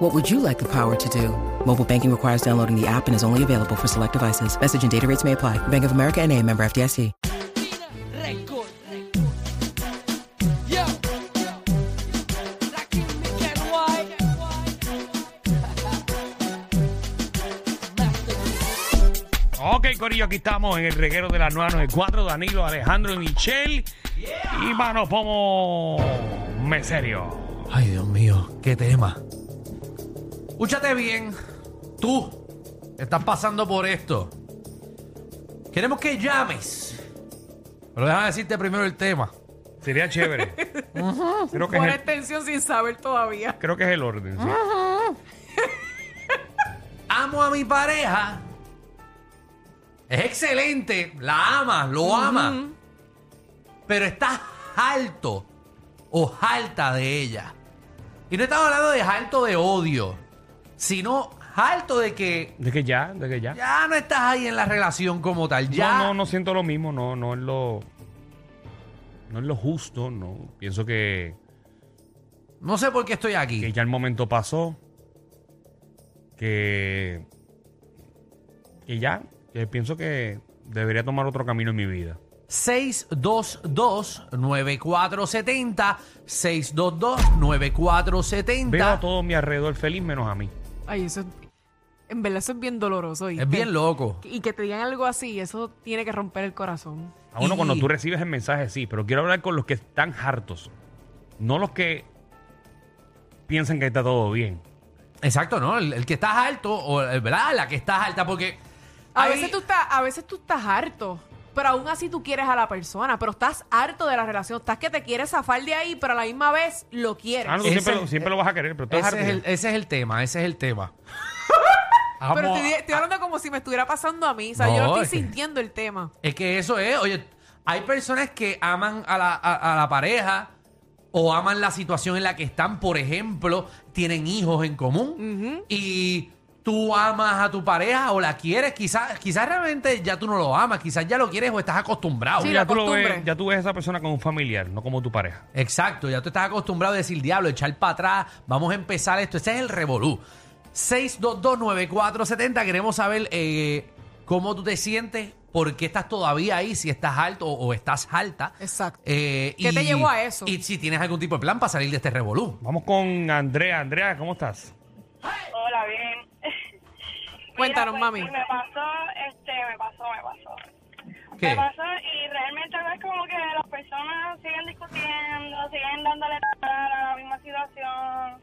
What would you like the power to do? Mobile banking requires downloading the app and is only available for select devices. Message and data rates may apply. Bank of America and a member FDIC. Record. Yo. Rakim Mick and White. Ok, Corillo, aquí estamos en el reguero de las 994, Danilo, Alejandro y Michelle. Y Mano Pomo Meserio. Ay, Dios mío, qué tema. Escúchate bien, tú estás pasando por esto. Queremos que llames. Pero déjame decirte primero el tema. Sería chévere. creo, que Por es el, extensión sin saber todavía. Ah. creo que es el orden. sí. Amo a mi pareja. Es excelente, la amas, lo amas. Pero estás alto o alta de ella. Y no estamos hablando de alto de odio, sino alto de que De que ya, de que ya. Ya no estás ahí en la relación como tal. Ya. No, no, no siento lo mismo, no, no es lo. No es lo justo, no. Pienso que, No sé por qué estoy aquí. que ya el momento pasó. Que. Que ya. Que pienso que debería tomar otro camino en mi vida. 622-9470. Veo a 622-9470. todo mi alrededor feliz menos a mí. Ay, eso es- en verdad eso es bien doloroso. ¿oíste? Es bien loco. Y que te digan algo así, eso tiene que romper el corazón. A uno Y- cuando tú recibes el mensaje, sí, pero quiero hablar con los que están hartos. No los que piensan que está todo bien. Exacto, ¿no? El, el que estás alto, o eh, ¿verdad? La que estás alta, porque. A hay- veces tú estás, a veces tú estás harto, pero aún así tú quieres a la persona, pero estás harto de la relación, estás que te quieres zafar de ahí, pero a la misma vez lo quieres. Ah, no, tú Ese- siempre, lo- siempre lo vas a querer, pero estás Ese harto. es, el, ese es el tema, ese es el tema. pero Vamos estoy, a- estoy hablando como si me estuviera pasando a mí, o sea, yo No, no es que- estoy sintiendo el tema. Es que eso es, oye, hay personas que aman a la, a- a la pareja o aman la situación en la que están, por ejemplo, tienen hijos en común y tú amas a tu pareja o la quieres, quizás quizás realmente ya tú no lo amas, quizás ya lo quieres o estás acostumbrado. Sí, ya, la tú lo ves, costumbre. ya tú ves a esa persona como un familiar, no como tu pareja. Exacto, ya tú estás acostumbrado a decir, diablo, echar para atrás, vamos a empezar esto. Ese es el revolú. 6229470, queremos saber eh, cómo tú te sientes, por qué estás todavía ahí, si estás alto o, o estás alta. Exacto. Eh, ¿Qué te llevó a eso? Y si tienes algún tipo de plan para salir de este revolú. Vamos con Andrea. Andrea, ¿cómo estás? Hola, bien. Cuéntanos, Mira, mami. pues, sí, Me pasó, este, me pasó, me pasó. ¿Qué? Me pasó y realmente no es como que las personas siguen discutiendo, siguen dándole cara a la misma situación.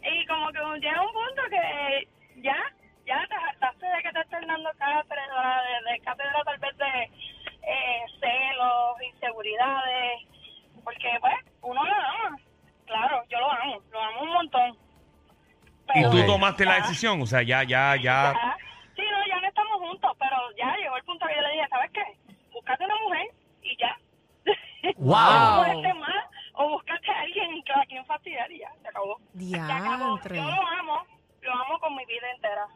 Y como que llega un punto que eh, ya, ya te hartaste de que te estén dando cátedra, de, de cátedra tal vez de eh, celos, inseguridades. Porque, pues, uno lo ama. Claro, yo lo amo, lo amo un montón. Y Pero- tú Ok. tomaste la Ya. decisión, o sea, ya, ya, ya. Ya. Sí, no, ya no estamos juntos, pero ya llegó el punto que yo le dije, ¿sabes qué? Búscate una mujer y ya. ¡Wow! No molestes más o búscate a alguien que a quien fastidiar y ya, se acabó. Se acabó. Diantre. Yo lo amo, lo amo con mi vida entera.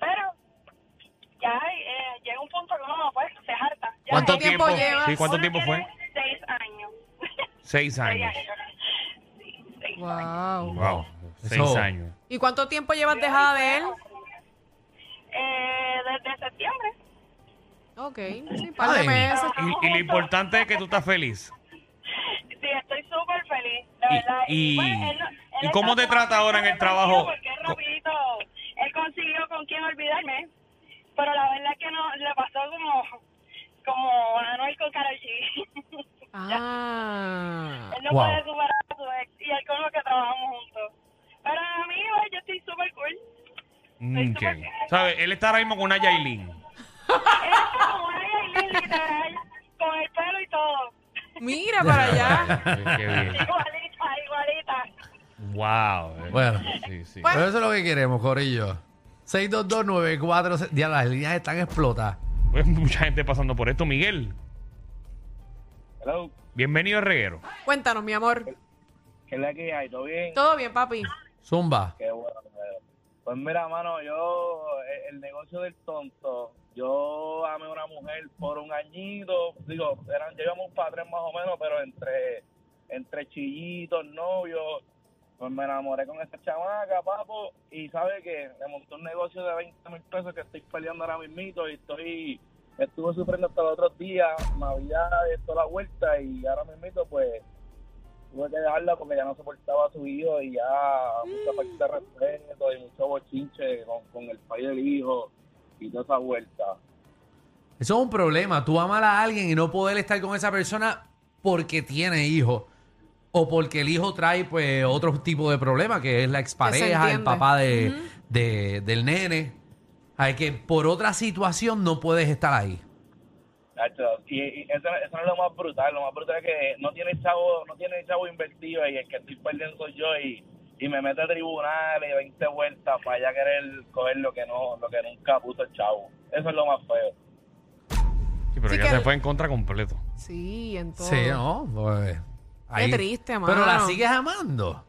Pero ya eh, llega un punto que uno pues, se harta. Ya, ¿Cuánto eh, tiempo llevas? Sí, ¿cuánto uno tiempo fue? tiene Seis años. Seis Seis años. años. Sí, seis Wow. años. Wow. Seis Eso- años. ¿Y cuánto tiempo llevas dejada de él? Eh, desde septiembre. Ok, sí, par de Ay. meses. Y, y lo importante es que tú estás feliz. Sí, estoy súper feliz, la Y- verdad. y- bueno, él no- él ¿y está cómo te como trata ahora en el sorprendido trabajo? Porque él rapidito, él consiguió con quién olvidarme, pero la verdad es que no, le pasó como, como a Anuel con Karol G. Ah. él no Wow. puede superar a su ex y él con lo que trabajamos juntos. Pero a mí, bueno, yo estoy súper cool. Mm, ok. ¿Sabes? Él está ahora mismo con una Yailin. Él es como una Yailin, literal, con el pelo y todo. Mira para allá. Qué bien. Igualita, igualita. Wow. eh. Bueno, Sí, sí. pero eso es lo que queremos, Corillo. 6229470. Ya las líneas están explotadas. Pues mucha gente pasando por esto, Miguel. Hello, Bienvenido al reguero. Cuéntanos, mi amor. ¿qué es la que hay? ¿Todo bien? ¿Todo bien, papi? Zumba. Qué bueno. bueno. Pues mira, mano, yo, e, el- el negocio del tonto, yo amé a una mujer por un añito, digo, eran, llevamos para tres más o menos, pero entre, entre chillitos, novios, pues me enamoré con esa chamaca, papo, y sabe que me montó un negocio de 20 mil pesos que estoy peleando ahora mismito y estoy, estuve sufriendo hasta los otros días, navidades, toda la vuelta, y ahora mismito, pues, tuve que dejarla porque ya no soportaba a su hijo y ya mucha falta de respeto y mucho bochinche con, con el país del hijo y toda esa vuelta. Eso es un problema. Tú amas a alguien y no poder estar con esa persona porque tiene hijos. O porque el hijo trae pues otro tipo de problema, que es la expareja, el entiende. papá de, de- del nene. Hay que por otra situación no puedes estar ahí. Nacho, Y, y eso, eso no es lo más brutal, lo más brutal es que no tiene chavo, no tiene chavo invertido y el que estoy perdiendo soy yo y, y me mete a tribunales 20 vueltas para ya querer coger lo que no, lo que nunca puso el chavo. Eso es lo más feo. Sí, pero Sí ya que- se fue en contra completo. Sí, entonces. Sí, ¿no? Pues, triste, Pero la mano. sigues amando.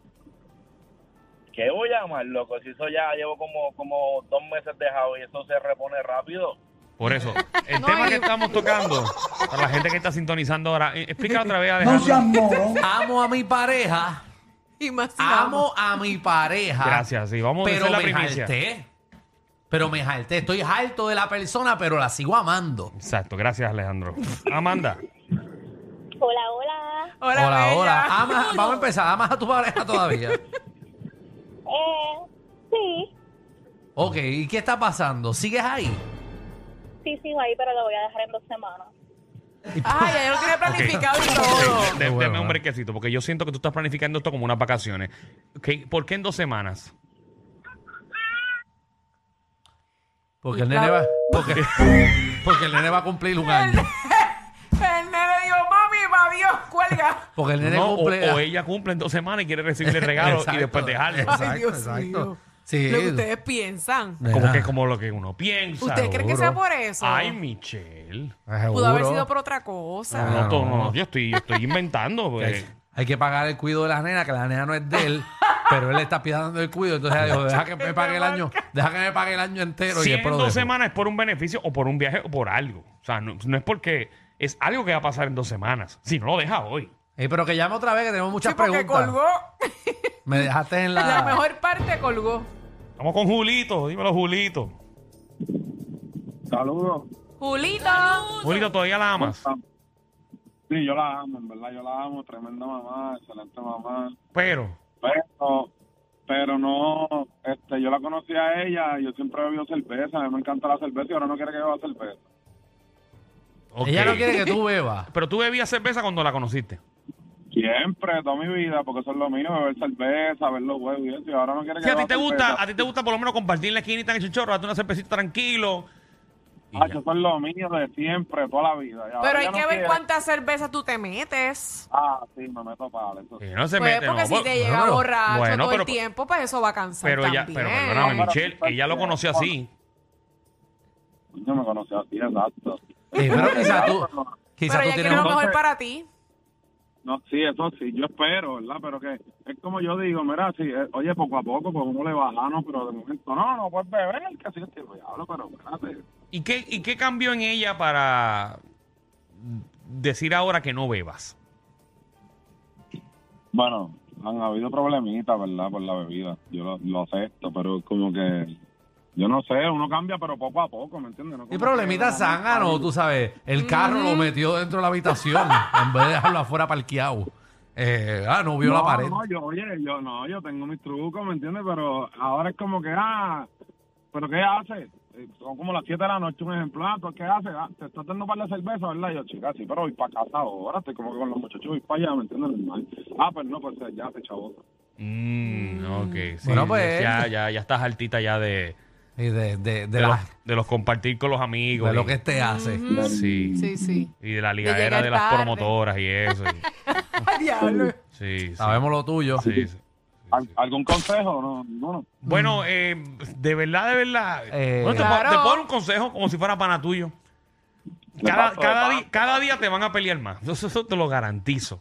¿Qué voy a llamar, loco? Si eso ya llevo como, como dos meses dejado y eso se repone rápido. Por eso, el No, tema y- que estamos tocando, para la gente que está sintonizando ahora, eh, explica otra vez, Alejandro. Amo a mi pareja. Y más si la Amo a mi pareja. Gracias, sí, vamos a Pero hacer la me primicia. jalté. Pero me jalté. Estoy harto de la persona, pero la sigo amando. Exacto, gracias Alejandro. Amanda, Hola, hola. Hola, hola. bella. hola. Ama- vamos a empezar. Amas a tu pareja todavía. Eh, sí, ok, ¿y qué está pasando? ¿Sigues ahí? sí sigo ahí, pero lo voy a dejar en dos semanas. Ay, ya yo lo tenía planificado y todo. de- bueno, deme un ¿no? brequecito, porque yo siento que tú estás planificando esto como unas vacaciones. ¿Qué- ¿Por qué en dos semanas? Porque el nene va. Porque, porque el nene va a cumplir un año. El nene dijo, mami, va Dios, cuelga. Porque el nene No, o, cumple. o ella cumple en dos semanas y quiere recibir el regalo y Exacto, después dejarlo. Exacto, Ay, Dios exacto. mío. Sí. Lo que ustedes piensan. Como Nena, que como lo que uno piensa. ¿Ustedes creen que seguro. sea por eso? Ay, Michelle. Pudo haber seguro. sido por otra cosa. No, Ah, to- no. no, yo estoy, yo estoy inventando. Que pues. Hay, hay que pagar el cuido de la nena, que la nena no es de él, pero él le está pidiendo el cuido. Entonces ella dijo, deja que me pague el año, deja que me pague el año entero. Si y es en después lo dos dejo. semanas es por un beneficio o por un viaje o por algo. O sea, no, no es porque es algo que va a pasar en dos semanas. Si no lo deja hoy. Ey, pero que llame otra vez, que tenemos muchas Sí, porque preguntas. colgó. Me dejaste en la... La mejor parte colgó. Vamos con Julito, dímelo Julito. Saludos. Julito. Julito, todavía la amas. Ah, Sí, yo la amo, en verdad, yo la amo, tremenda mamá, excelente mamá. Pero, Pero, pero no, este, yo la conocí a ella, yo siempre bebido cerveza, a mí me encanta la cerveza y ahora no quiere que beba cerveza. ok. Ella no quiere que tú bebas. Pero tú bebías cerveza cuando la conociste. Siempre, toda mi vida, porque eso es lo mío, beber cerveza, ver los huevos y eso, y ahora no quiere que Si a ti beba te gusta, cerveza. a ti te gusta por lo menos compartir en la esquinita en el chichorro, date una cervecita tranquilo. Y Ah, ya. eso es lo mío de siempre, toda la vida. y ahora Pero hay ya no que ver quiere. cuántas cervezas tú te metes. Ah, sí, me meto para eso sí. Y no se Pues mete, porque no, si te llega bueno, borracho bueno, todo pero- el tiempo, pues eso va a cansar pero ella, también. pero perdóname, No, pero- pues, Michelle, ella lo conoció así. Yo me conocí así, exacto. Ey, pero quizás tú, Pero quizás tú ella quiere tienes lo un... mejor para ti. No, sí, eso sí, yo espero, ¿verdad? Pero que es como yo digo, mira, si, eh, oye, poco a poco, pues uno le baja, no, pero de momento, no, no puedes beber, que así te diablo, pero espérate. ¿Y qué, ¿Y qué cambió en ella para decir ahora que no bebas? Bueno, han habido problemitas, ¿verdad? Por la bebida, yo lo, lo acepto, pero es como que, yo no sé, uno cambia, pero poco a poco, ¿me entiendes? No Y como problemita que de momento, zángano, tú sabes. El carro lo metió dentro de la habitación en vez de dejarlo afuera parqueado. Eh, ah, no vio la No, pared. No, yo, oye, yo no, yo tengo mis trucos, ¿me entiendes? Pero ahora es como que, ah, ¿pero qué haces? Eh, Son como las 7 de la noche, un ejemplo. Ah, ¿pero qué haces? Ah, te estás dando para la cerveza, ¿verdad? Y Yo, chica, sí, pero voy para casa ahora, estoy como que con los muchachos, voy para allá, ¿me entiendes? Normal. Ah, pues no, pues ya te chavo. Mm, ok, sí, Bueno, pues- Ya, ya, ya estás altita ya de, Y de, de, de de, la- los, de los compartir con los amigos. de lo y- que te hace. Sí. Sí, sí. Y de la De ligadera llegar de las tarde. promotoras y eso. y- Ay, diablo. sí, sí, Sabemos lo tuyo. sí, sí. ¿Al- ¿Algún consejo? No, no. Bueno, eh, de verdad, de verdad. Eh, Bueno, te, Claro. puedo- te puedo dar un consejo como si fuera pana tuyo. Cada, paso, cada me di- paso. cada día te van a pelear más. Eso, eso te lo garantizo.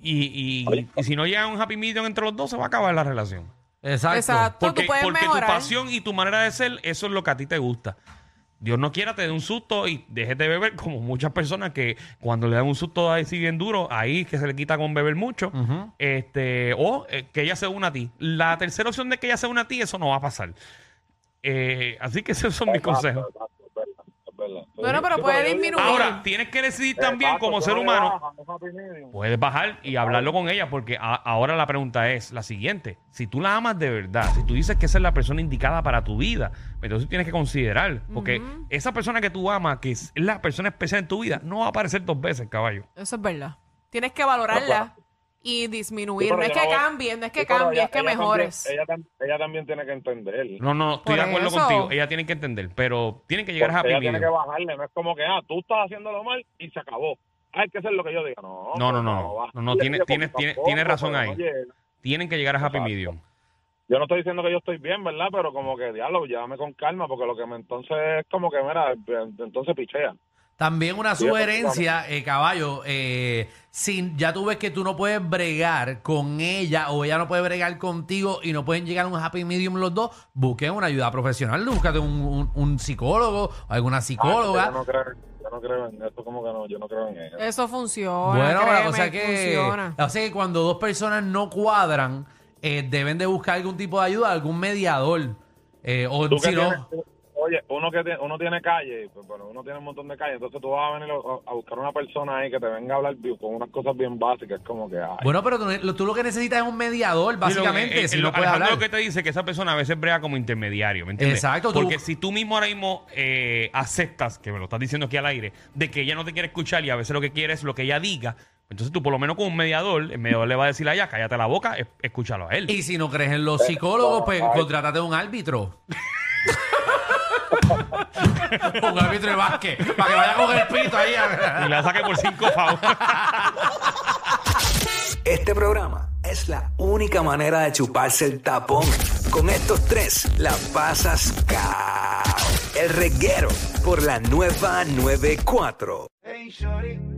Y, y- Oye. y si no llega un happy medium entre los dos, se va a acabar la relación. Exacto. Exacto. Tú Porque, puedes porque tu mejorar. pasión y tu manera de ser, eso es lo que a ti te gusta. Dios no quiera, te dé un susto y dejes de beber, como muchas personas que cuando le dan un susto así bien duro, ahí es que se le quita con beber mucho, este, o eh, que ella se una a ti. La tercera opción de que ella se una a ti, eso no va a pasar. Eh, así que esos son mis consejos. Pues, Bueno, pero puede disminuir. Ahora, tienes que decidir Eh, también como ser humano. Puedes bajar y hablarlo con ella porque a- ahora la pregunta es la siguiente. Si tú la amas de verdad, si tú dices que esa es la persona indicada para tu vida, entonces tienes que considerar. Porque esa persona que tú amas, que es la persona especial en tu vida, no va a aparecer dos veces, caballo. Eso es verdad. Tienes que valorarla y disminuir. Sí, pero No es yo que no voy- cambie, no es que Sí, pero cambie, ella- es que ella también- mejores. ella, tam- ella también tiene que entender. No, no, no, estoy Por de acuerdo eso. contigo. Ella tiene que entender, pero tienen que llegar a Porque Happy ella tiene que Medium. bajarle. No es como que, ah, tú estás haciéndolo mal y se acabó. Hay que hacer lo que yo diga. No, No, no, pues, no, bajarle, no, no, tiene- porque tiene- tiene- tampoco, tiene razón pero, ahí. oye, Tienen que llegar a Happy Exacto. Medium. yo no estoy diciendo que yo estoy bien, ¿verdad? Pero como que, diálogo, llévame con calma, porque lo que me entonces es como que, mira, entonces pichea. También una Sí, eso sugerencia, eh, caballo, eh, si ya tú ves que tú no puedes bregar con ella o ella no puede bregar contigo y no pueden llegar a un happy medium los dos, busquen una ayuda profesional, búscate un, un- un psicólogo o alguna Yo psicóloga. Ah, no creo, yo no creo en esto, como que no, yo no creo en eso. Eso funciona. Bueno, la créeme, cosa, es que, funciona. la cosa es que cuando dos personas no cuadran, eh, deben de buscar algún tipo de ayuda, algún mediador. eh, o Tú que si no... tienes- oye, uno que tiene, uno tiene calle, pues, bueno, uno tiene un montón de calle, entonces tú vas a venir a, a buscar una persona ahí que te venga a hablar bi- con unas cosas bien básicas, como que, ay, Bueno, pero tú, lo- tú lo que necesitas es un mediador, Y lo básicamente, que- si eh, no lo- puedes Alejandro hablar. lo que te dice que esa persona a veces brega como intermediario, ¿me entiendes? Exacto, tú- Porque si tú mismo ahora mismo eh, aceptas, que me lo estás diciendo aquí al aire, de que ella no te quiere escuchar y a veces lo que quiere es lo que ella diga, entonces tú por lo menos con un mediador, el mediador le va a decir a ella, cállate la boca, es- escúchalo a él. Y si no crees en los psicólogos, pues contrátate a un árbitro. un árbitro de básquet, para que vaya con el pito ahí. a- Y la saque por cinco favos. Este programa es la única manera de chuparse el tapón. Con estos tres, la pasas cao. El reguero por la nueva 94. Hey, shorty,